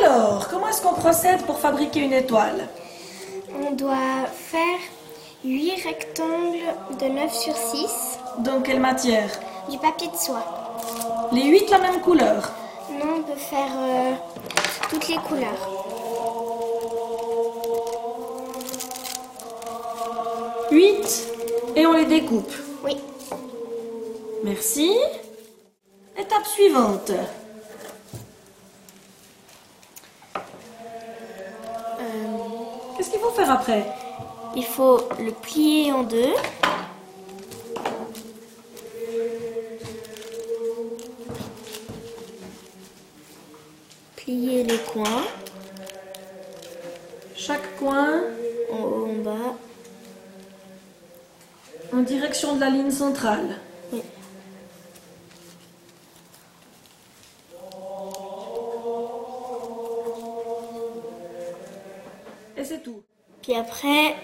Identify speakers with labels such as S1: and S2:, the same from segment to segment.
S1: Alors, comment est-ce qu'on procède pour fabriquer une étoile
S2: On doit faire 8 rectangles de 9 sur 6,
S1: Dans quelle matière
S2: du papier de soie.
S1: Les huit la même couleur.
S2: Non, on peut faire euh, toutes les couleurs.
S1: 8 et on les découpe.
S2: Oui.
S1: Merci. Étape suivante. Euh, Qu'est-ce qu'il faut faire après
S2: Il faut le plier en deux. Plier les coins,
S1: Chaque coin
S2: en haut, en bas.
S1: en direction de la ligne centrale.
S2: Oui.
S1: Et c'est tout.
S2: Puis après,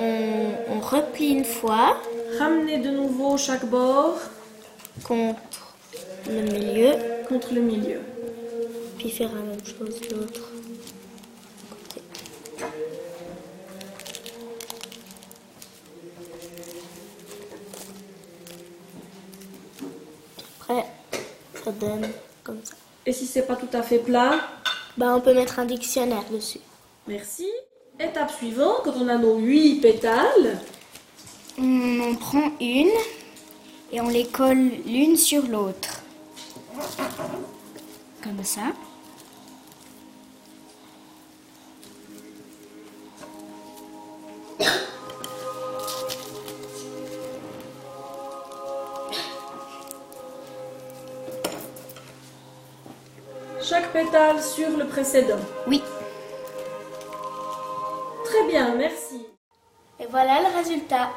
S2: on, on replie une fois
S1: Ramenez de nouveau chaque bord
S2: contre le milieu,
S1: contre le milieu.
S2: puis faire la même chose de l'autre côté. Après, ça donne comme ça.
S1: Et si c'est pas tout à fait plat,
S2: Bah, on peut mettre un dictionnaire dessus.
S1: merci. Étape suivante, quand on a nos huit pétales,
S2: On en prend une et on les colle l'une sur l'autre. Comme ça.
S1: chaque pétale sur le précédent.
S2: Oui.
S1: Très bien, merci.
S2: Et voilà le résultat.